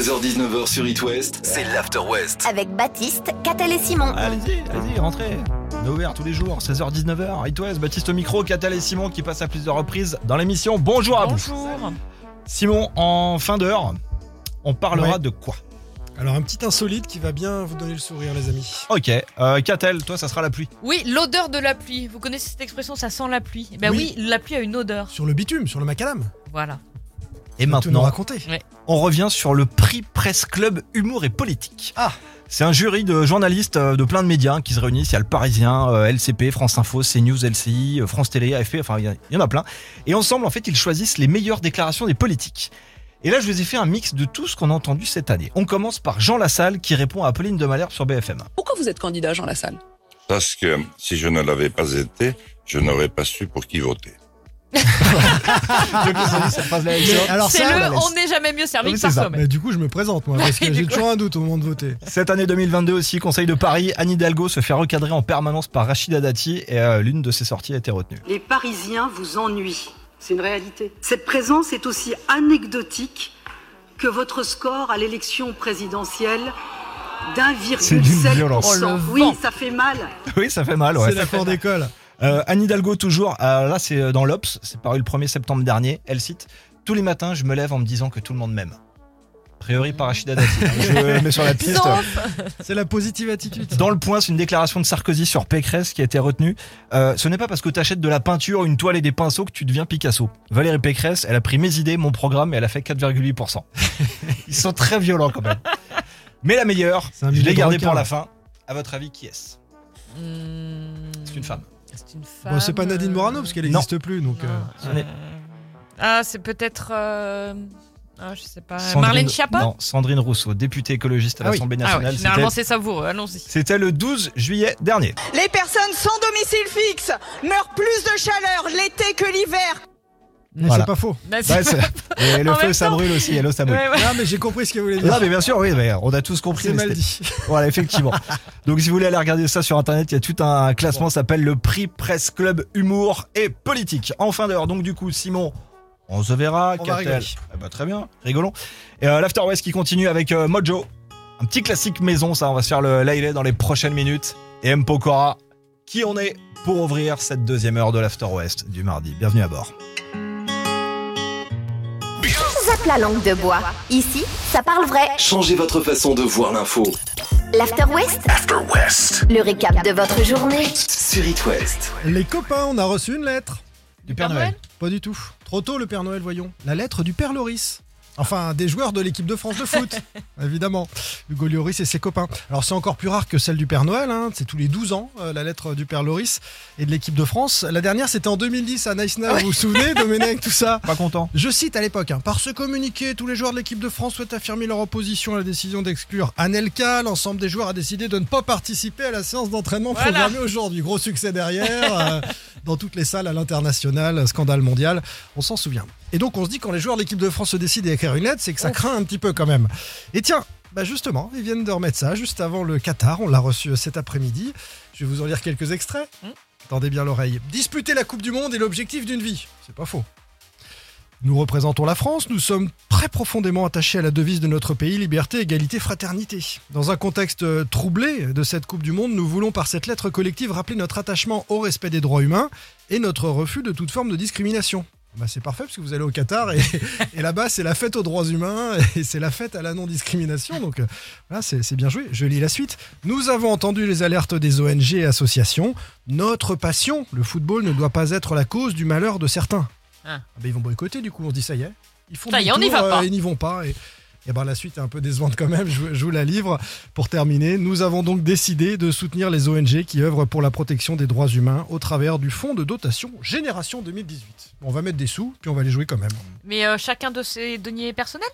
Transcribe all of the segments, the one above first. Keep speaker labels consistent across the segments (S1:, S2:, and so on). S1: 16h-19h sur It West, c'est l'After West.
S2: Avec Baptiste, Catel et Simon.
S3: Allez-y, allez-y, rentrez. On est ouvert tous les jours, 16h-19h. It West, Baptiste au micro, Catel et Simon qui passent à plusieurs reprises dans l'émission. Bonjour à vous.
S4: Bonjour.
S3: Simon, en fin d'heure, on parlera
S5: Ouais.
S3: de quoi
S5: Alors un petit insolite qui va bien vous donner le sourire les amis.
S3: Ok, euh, Catel, toi ça sera la pluie.
S4: Oui, l'odeur de la pluie. Vous connaissez cette expression, ça sent la pluie. Eh Ben oui.
S5: Oui.
S4: la pluie a une odeur.
S5: Sur le bitume, sur le macadam.
S4: Voilà.
S3: Et
S5: Tout nous
S3: maintenant,
S5: raconter.
S3: on revient sur le prix Presse Club Humour et Politique.
S5: Ah.
S3: C'est un jury de journalistes euh, de plein de médias qui se réunissent. Il y a le Parisien, euh, LCP, France Info, CNews, LCI, euh, France Télé, AFP, enfin il y a- il y en a plein. Et ensemble, en fait, ils choisissent les meilleures déclarations des politiques. Et là, je vous ai fait un mix de tout ce qu'on a entendu cette année. On commence par Jean Lassalle qui répond à Apolline de Malherbe sur BFM.
S6: Pourquoi vous êtes candidat, Jean Lassalle
S7: Parce que si je ne l'avais pas été, je n'aurais pas su pour qui voter.
S5: Ah. Mais euh, alors
S4: C'est
S5: ça, on la
S4: le
S5: laisse.
S4: on n'est jamais mieux servi
S3: Oui,
S4: que
S3: c'est
S4: par
S3: ça.
S4: soi-même.
S5: Mais du coup je me présente moi parce que
S4: Oui,
S5: j'ai
S4: du coup.
S5: toujours un doute au moment de voter.
S3: Cette année 2022 aussi, Conseil de Paris, Anne Hidalgo se fait recadrer en permanence par Rachida Dati et euh, l'une de ses sorties a été retenue.
S8: Les Parisiens vous ennuient. C'est une réalité. Cette présence est aussi anecdotique que votre score à l'élection présidentielle
S3: C'est d'une violence.
S8: 1,7%.
S4: Oh, le
S8: oui,
S4: vent.
S8: ça fait mal.
S3: Oui, ça fait mal. ouais.
S5: c'est l'accord d'école.
S3: Euh, Anne Hidalgo toujours, euh, là c'est euh, dans l'Obs, c'est paru le 1er septembre dernier, elle cite « Tous les matins, je me lève en me disant que tout le monde m'aime ». A priori par Rachida Dati, je mets sur la piste.
S4: Sauf
S5: C'est la positive attitude.
S3: Dans le point, c'est une déclaration de Sarkozy sur Pécresse qui a été retenue. Euh, ce n'est pas parce que t'achètes de la peinture, une toile et des pinceaux que tu deviens Picasso. Valérie Pécresse, elle a pris mes idées, mon programme et elle a fait 4,8%. Ils sont très violents quand même. Mais la meilleure,
S5: C'est un
S3: je
S5: milieu
S3: l'ai
S5: de
S3: gardée
S5: requin.
S3: pour la fin. À votre avis, qui est-ce
S4: Hmm.
S3: C'est une femme.
S4: C'est une femme. euh,
S5: Bon c'est pas Nadine Morano parce qu'elle
S3: Non.
S5: n'existe plus donc.
S4: Non,
S5: euh,
S3: ce n'est-
S4: euh, Ah, c'est peut-être. euh, Ah, je sais pas.
S3: Sandrine-
S4: Marlène Schiappa
S3: Non, Sandrine Rousseau, députée écologiste à
S5: Ah oui.
S3: l'Assemblée
S4: Ah ouais,
S3: nationale.
S4: généralement
S3: C'était-
S4: c'est savoureux, allons-y.
S3: C'était le 12 juillet dernier.
S9: Les personnes sans domicile fixe meurent plus de chaleur l'été que l'hiver.
S5: Mais
S3: Voilà.
S5: c'est pas faux.
S4: Bah, c'est
S3: Ouais,
S4: pas-
S3: c'est- et le
S4: En
S3: feu,
S4: même
S3: ça
S4: temps-
S3: brûle aussi. Hello, ça brûle.
S4: Ouais, ouais.
S5: Non mais j'ai compris ce qu'elle voulait
S3: Non,
S5: dire.
S3: mais bien sûr, oui, mais on a tous compris.
S5: C'est
S3: mais
S5: mal
S3: c'était-
S5: dit.
S3: Voilà, effectivement. Donc, si vous voulez aller regarder ça sur Internet, il y a tout un classement, ça s'appelle le prix Presse Club Humour et Politique. En fin d'heure, donc, du coup, Simon, on se verra.
S5: On va
S3: Catel.
S5: rigoler.
S3: Eh ben, très bien, rigolons. Et euh, l'After West qui continue avec euh, Mojo. Un petit classique maison, ça, on va se faire le Laylay dans les prochaines minutes. Et M. Pokora, qui on est pour ouvrir cette deuxième heure de l'After West du mardi. Bienvenue à bord.
S2: Zappe la langue de bois. Ici, ça parle vrai.
S1: Changez votre façon de voir l'info.
S2: L'After West,
S1: After West
S2: le récap de votre journée.
S1: sur It West.
S5: Les copains on a reçu une lettre.
S3: Du
S4: Père Noël.
S5: Pas du tout. Trop tôt le Père Noël, voyons. La lettre du Père Loris. Enfin, des joueurs de l'équipe de France de foot, évidemment. Hugo Lloris et ses copains. Alors, c'est encore plus rare que celle du Père Noël. hein. C'est tous les 12 ans, euh, la lettre du Père Loris et de l'équipe de France. La dernière, c'était en 2010 à Nice Now. Vous vous souvenez, Domenech, tout ça
S3: Pas content.
S5: je cite à l'époque, hein, par ce communiqué, tous les joueurs de l'équipe de France souhaitent affirmer leur opposition à la décision d'exclure Anelka. L'ensemble des joueurs a décidé de ne pas participer à la séance d'entraînement
S4: Voilà.
S5: programmée aujourd'hui. Gros succès derrière, euh, dans toutes les salles à l'international, euh, scandale mondial, on s'en souvient. Et donc on se dit quand les joueurs de l'équipe de France se décident à écrire une lettre, c'est que ça craint un petit peu quand même. Et tiens, bah justement, ils viennent de remettre ça juste avant le Qatar, on l'a reçu euh, cet après-midi. Je vais vous en lire quelques extraits.
S4: Hmm.
S5: Tendez bien l'oreille. Disputer la Coupe du Monde est l'objectif d'une vie. C'est pas faux. Nous représentons la France, nous sommes très profondément attachés à la devise de notre pays, liberté, égalité, fraternité. Dans un contexte euh, troublé de cette Coupe du Monde, nous voulons par cette lettre collective rappeler notre attachement au respect des droits humains et notre refus de toute forme de discrimination. Bah, c'est parfait parce que vous allez au Qatar et, et là-bas c'est la fête aux droits humains et c'est la fête à la non-discrimination. Donc euh, voilà, c'est c'est bien joué. Je lis la suite. Nous avons entendu les alertes des ONG et associations. Notre passion, le football, ne doit pas être la cause du malheur de certains.
S4: Ah.
S5: Ah ben, ils vont boycotter du coup, on se dit ça y est. Ils font
S4: Ça y est, on n'y
S5: demi-tour,
S4: va pas.
S5: euh, Ils n'y vont pas. Et, et ben, la suite est un peu décevante quand même, je, vous- je vous la livre. Pour terminer, nous avons donc décidé de soutenir les ONG qui œuvrent pour la protection des droits humains au travers du fonds de dotation Génération 2018. Bon, on va mettre des sous, puis on va les jouer quand même.
S4: Mais euh, chacun de ses deniers personnels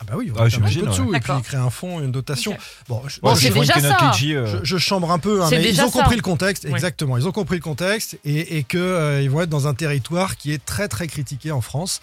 S5: Ah bah oui, on
S3: Ah,
S5: va mettre un petit
S3: j'imagine,
S5: peu de
S3: ouais.
S5: sous, et puis
S4: D'accord.
S5: ils créent un fonds, une dotation.
S4: Ok.
S5: Bon, je-
S4: Bon,
S5: je-
S4: c'est
S5: je-
S3: Frank
S4: déjà ça.
S3: Kenichi, euh,
S5: je, je chambre un peu, hein,
S4: C'est
S5: mais ils
S4: déjà
S5: ont
S4: ça.
S5: compris le contexte.
S4: Oui.
S5: Exactement, ils ont compris le contexte et, et que euh, ils vont être dans un territoire qui est très très critiqué en France.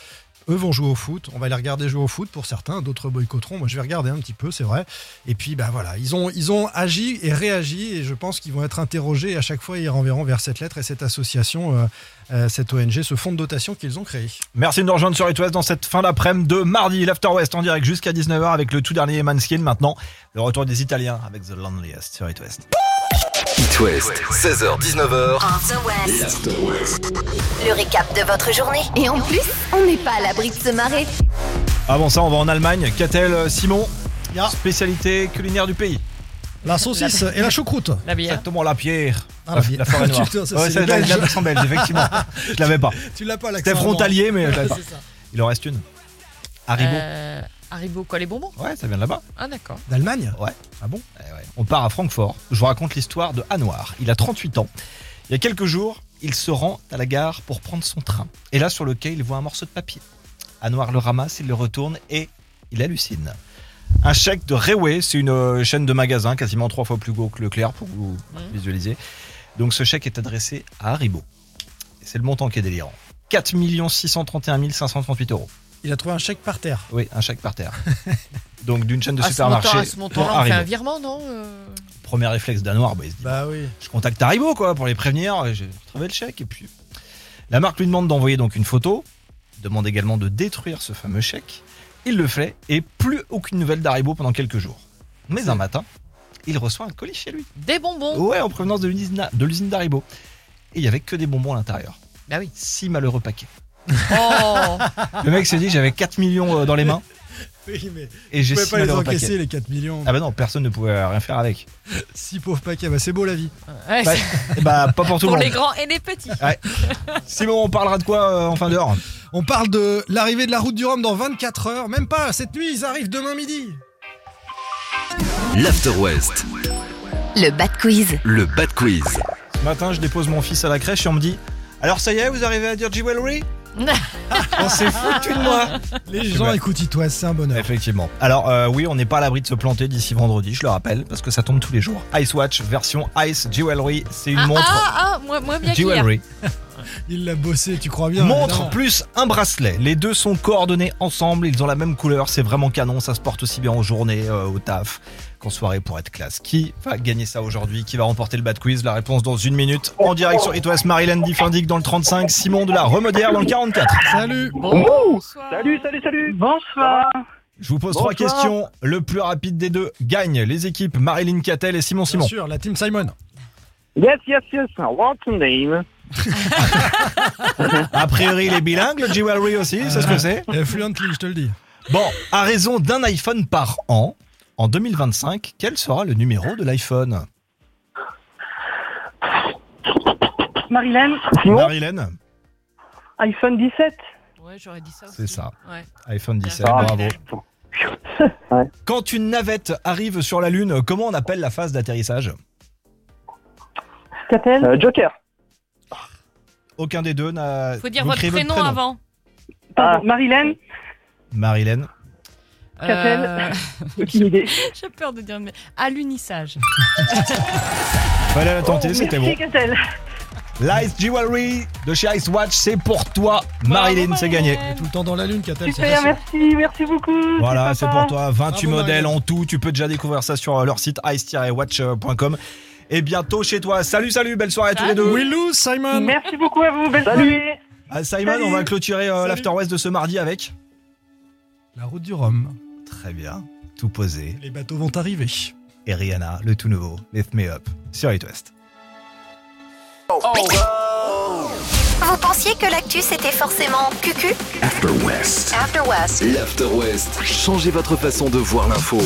S5: Eux vont jouer au foot, on va les regarder jouer au foot pour certains, d'autres boycotteront. Moi, je vais regarder un petit peu, c'est vrai. Et puis, bah voilà, ils ont, ils ont agi et réagi, et je pense qu'ils vont être interrogés. Et à chaque fois, ils renverront vers cette lettre et cette association, euh, euh, cette ONG, ce fonds de dotation qu'ils ont créé.
S3: Merci de nous rejoindre sur It West dans cette fin d'après-midi de mardi. L'After West en direct jusqu'à 19h avec le tout dernier Manskin. Maintenant, le retour des Italiens avec The Loneliest sur It West.
S1: It West, 16h-19h,
S2: On the West.
S1: l'After West.
S2: Le récap de votre journée. Et en plus, on n'est pas à l'abri de se marrer.
S3: Avant ça, on va en Allemagne. Catel euh, Simon,
S5: Ya.
S3: spécialité culinaire du pays.
S5: La saucisse et la choucroute.
S4: La bière.
S3: Exactement, la pierre.
S5: Ah,
S3: la,
S5: la bière.
S3: la forêt noire.
S5: Putain, ça,
S3: Ouais,
S5: c'est
S3: c'est
S5: les
S3: la,
S5: Belges.
S3: la version belge, effectivement. Je l'avais pas.
S5: Tu l'as pas, l'accent
S3: C'était frontalier, mais je l'avais pas.
S5: C'est ça.
S3: Il en reste une. Haribo.
S4: Euh, Haribo, quoi, les bonbons
S3: Ouais, ça vient de là-bas.
S4: Ah, d'accord.
S5: D'Allemagne
S3: Ouais.
S5: Ah bon
S3: Eh ouais. On part à Francfort. Je vous raconte l'histoire de Hanoir. Il a 38 ans. Il y a quelques jours, il se rend à la gare pour prendre son train. Et là, sur le quai, il voit un morceau de papier. Hanoir le ramasse, il le retourne et il hallucine. Un chèque de Rewe, c'est une euh, chaîne de magasins quasiment trois fois plus gros que Leclerc pour vous
S4: Mmh.
S3: visualiser. Donc ce chèque est adressé à Haribo. Et C'est le montant qui est délirant. 4 631 538 euros.
S5: Il a trouvé un chèque par terre.
S3: Oui, un chèque par terre. Donc d'une chaîne de
S4: à ce montant-
S3: supermarchés.
S4: à ce montant-là,
S3: pour
S4: on fait
S3: Haribo.
S4: un virement, non euh
S3: Premier réflexe d'un noir, bah, il se dit
S5: Bah oui.
S3: je contacte Haribo quoi pour les prévenir. J'ai retrouvé le chèque et puis la marque lui demande d'envoyer donc une photo, demande également de détruire ce fameux chèque. Il le fait et plus aucune nouvelle d'Haribo pendant quelques jours. Mais un matin, il reçoit un colis chez lui.
S4: Des bonbons
S3: Ouais, en provenance de l'usine de l'usine d'Haribo. Et il y avait que des bonbons à l'intérieur.
S4: Bah oui.
S3: Six malheureux paquets.
S4: Oh
S3: Le mec s'est dit j'avais 4 millions euh, dans les mains
S5: Oui, mais
S3: et j'ai
S5: vous
S3: 6
S5: pouvez pas les
S3: malheureux
S5: encaisser,
S3: paquets.
S5: les 4 millions.
S3: Ah bah non, personne ne pouvait rien faire avec.
S5: Six pauvres paquets, bah c'est beau la vie.
S4: Ouais,
S3: Bah,
S4: c'est
S3: bah pas pour tout
S4: Pour
S3: le
S4: les
S3: monde.
S4: grands et les petits.
S3: Simon, on parlera de quoi euh, en fin d'heure
S5: On parle de l'arrivée de la route du Rhum dans 24 heures, même pas cette nuit, ils arrivent demain midi.
S1: L'After West,
S2: Le bad quiz.
S1: le bad quiz.
S3: Ce matin, je dépose mon fils à la crèche et on me dit Alors ça y est, vous arrivez à dire Jewelry Ah, On s'est foutu de moi
S5: Les
S3: sais
S5: gens
S3: pas.
S5: écoutent toi, c'est un bonheur.
S3: Effectivement. Alors, euh, oui, on n'est pas à l'abri de se planter d'ici vendredi, je le rappelle, parce que ça tombe tous les jours. Ice Watch version Ice Jewelry, c'est une
S4: Ah,
S3: montre.
S4: ah, ah, moins, moins bien qu'hier.
S3: Jewelry.
S5: Il l'a bossé, tu crois bien.
S3: Montre
S5: évidemment.
S3: plus un bracelet. Les deux sont coordonnés ensemble, ils ont la même couleur, c'est vraiment canon, ça se porte aussi bien en journée, euh, au taf, qu'en soirée pour être classe. Qui va gagner ça aujourd'hui Qui va remporter le bad quiz La réponse dans une minute. En direct sur It West, Marilyn Diffindic dans le 35, Simon de la Remodière dans le 44.
S5: Salut
S4: Bonsoir.
S6: Salut, salut, salut
S8: Bonsoir.
S3: Je vous pose trois
S6: Bonsoir.
S3: questions. Le plus rapide des deux gagne. Les équipes Marilyn Cattel et Simon
S5: Bien
S3: Simon.
S5: sûr, la team Simon.
S6: Yes, yes, yes, what's your name
S3: A priori, il est bilingue, le jewelry aussi, c'est ce que c'est.
S5: Et Fluently, je te le dis.
S3: Bon, à raison d'un iPhone par an, en 2025, quel sera le numéro de l'iPhone
S6: Marilyn
S3: Marilyn,
S6: iPhone 17.
S4: Ouais, j'aurais dit ça aussi.
S3: c'est ça.
S4: Ouais.
S3: iPhone 17,
S6: Ah,
S3: bravo.
S6: putain.
S3: Quand une navette arrive sur la Lune, comment on appelle la phase d'atterrissage
S6: Euh, Joker.
S3: Aucun des deux n'a.
S4: Faut dire
S3: vous
S4: votre
S3: créez
S4: prénom, avant.
S6: Marilyn
S3: Marilyn,
S4: Euh,
S6: Aucune idée.
S4: J'ai peur de dire. Mais... À l'unissage.
S3: fallait la
S8: Oh,
S3: tenter, c'était bon.
S6: Catel.
S3: L'Ice Jewelry de chez Ice Watch, c'est pour toi, Marilyn, c'est gagné.
S5: Tout le temps dans la lune, Catel. c'est
S6: Super,
S5: facile.
S6: merci, merci beaucoup.
S3: Voilà, c'est
S6: sympa.
S3: pour toi. 28
S5: Bravo,
S3: modèles
S5: Marie.
S3: en tout. Tu peux déjà découvrir ça sur leur site ice-watch.com. Et bientôt chez toi. Salut, salut, belle soirée à tous les deux.
S5: Willou, Simon
S6: Merci beaucoup à vous, belle soirée.
S3: Ah, Simon,
S6: Salut.
S3: on va clôturer euh,
S5: Salut.
S3: l'After West de ce mardi avec.
S5: La route du Rhum.
S3: Très bien. Tout posé.
S5: Les bateaux vont arriver.
S3: Et Rihanna, le tout nouveau. Lift Me Up sur It West.
S2: Vous pensiez que l'actu c'était forcément cucu
S1: After West,
S2: After West.
S1: l'After West. Changez votre façon de voir l'info.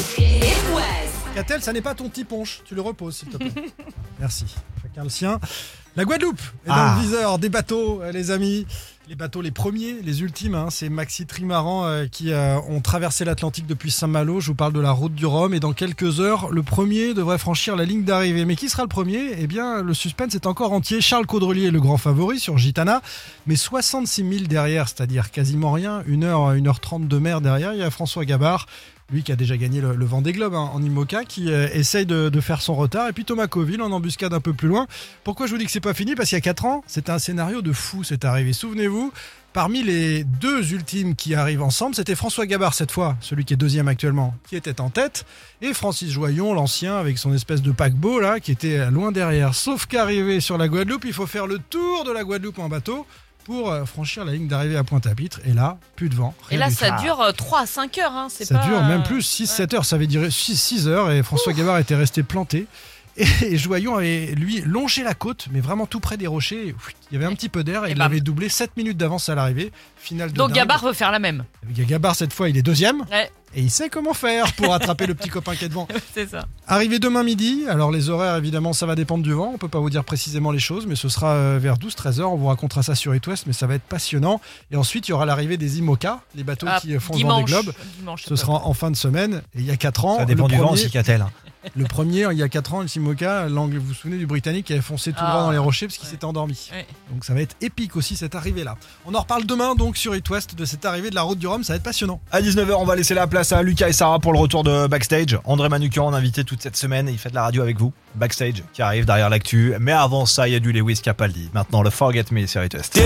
S5: Catel, ça n'est pas ton petit ponche. Tu le reposes, s'il te plaît. Merci. Chacun le sien. La Guadeloupe est dans
S3: Ah.
S5: le viseur des bateaux, euh, les amis. Les bateaux, les premiers, les ultimes, hein, c'est Maxi Trimaran euh, qui euh, ont traversé l'Atlantique depuis Saint-Malo. Je vous parle de la route du Rhum et dans quelques heures, le premier devrait franchir la ligne d'arrivée. Mais qui sera le premier Eh bien, le suspense est encore entier. Charles Caudrelier est le grand favori sur Gitana, mais 66 000 derrière, c'est-à-dire quasiment rien. 1 heure, 1h30 de mer derrière, il y a François Gabard. lui qui a déjà gagné le, le Vendée Globe hein, en Imoca, qui euh, essaye de, de faire son retard. Et puis Thomas Coville en embuscade un peu plus loin. Pourquoi je vous dis que c'est pas fini Parce qu'il y a 4 ans, c'était un scénario de fou, c'est arrivé. Souvenez-vous, parmi les deux ultimes qui arrivent ensemble, c'était François Gabard cette fois, celui qui est deuxième actuellement, qui était en tête, et Francis Joyon, l'ancien, avec son espèce de paquebot là, qui était loin derrière. Sauf qu'arrivé sur la Guadeloupe, il faut faire le tour de la Guadeloupe en bateau pour euh, franchir la ligne d'arrivée à Pointe-à-Pitre. Et là, plus de vent.
S4: Et
S5: rien
S4: là,
S5: du
S4: ça
S5: tout.
S4: dure 3 à 5 heures. Hein. c'est
S5: Ça
S4: pas,
S5: dure même
S4: euh,
S5: plus, 6,
S4: ouais.
S5: 7 heures, ça avait duré 6, 6 heures et François Gavard était resté planté. Et, et Joyon avait, lui, longé la côte, mais vraiment tout près des rochers. Et, ouit, Il y avait un petit peu d'air et,
S4: Et
S5: il
S4: bam.
S5: avait doublé 7 minutes d'avance à l'arrivée. Finale de
S4: Donc
S5: dingue.
S4: Gabard veut faire la même.
S5: Gabard, cette fois, il est deuxième
S4: Ouais,
S5: et il sait comment faire pour attraper le petit copain qui est devant.
S4: c'est ça.
S5: Arrivé demain midi, alors les horaires évidemment ça va dépendre du vent, on peut pas vous dire précisément les choses, mais ce sera euh, vers 12-13 heures, on vous racontera ça sur It West, mais ça va être passionnant. Et ensuite il y aura l'arrivée des IMOCA, les bateaux
S4: Ah,
S5: qui euh, font le
S4: dimanche.
S5: des globes.
S4: dimanche,
S5: Ce sera en fin de semaine, et il y a 4 ans,
S3: Ça dépend
S5: le,
S3: du vent
S5: premier,
S3: aussi, Catel. hein.
S5: le premier, il y a 4 ans, le Simoca, l'angle, vous vous souvenez du Britannique qui avait foncé tout
S4: Ah,
S5: droit dans les rochers parce qu'il
S4: ouais.
S5: s'était endormi.
S4: Ouais.
S5: Donc ça va être épique aussi cette arrivée-là. On en reparle demain donc sur It West de cette arrivée de la route du Rhum, ça va être passionnant.
S3: À 19h, on va laisser la place à Lucas et Sarah pour le retour de Backstage. André Manukian, on a invité toute cette semaine, et il fait de la radio avec vous. Backstage qui arrive derrière l'actu. Mais avant ça, il y a du Lewis Capaldi. Maintenant, le Forget Me sur It West.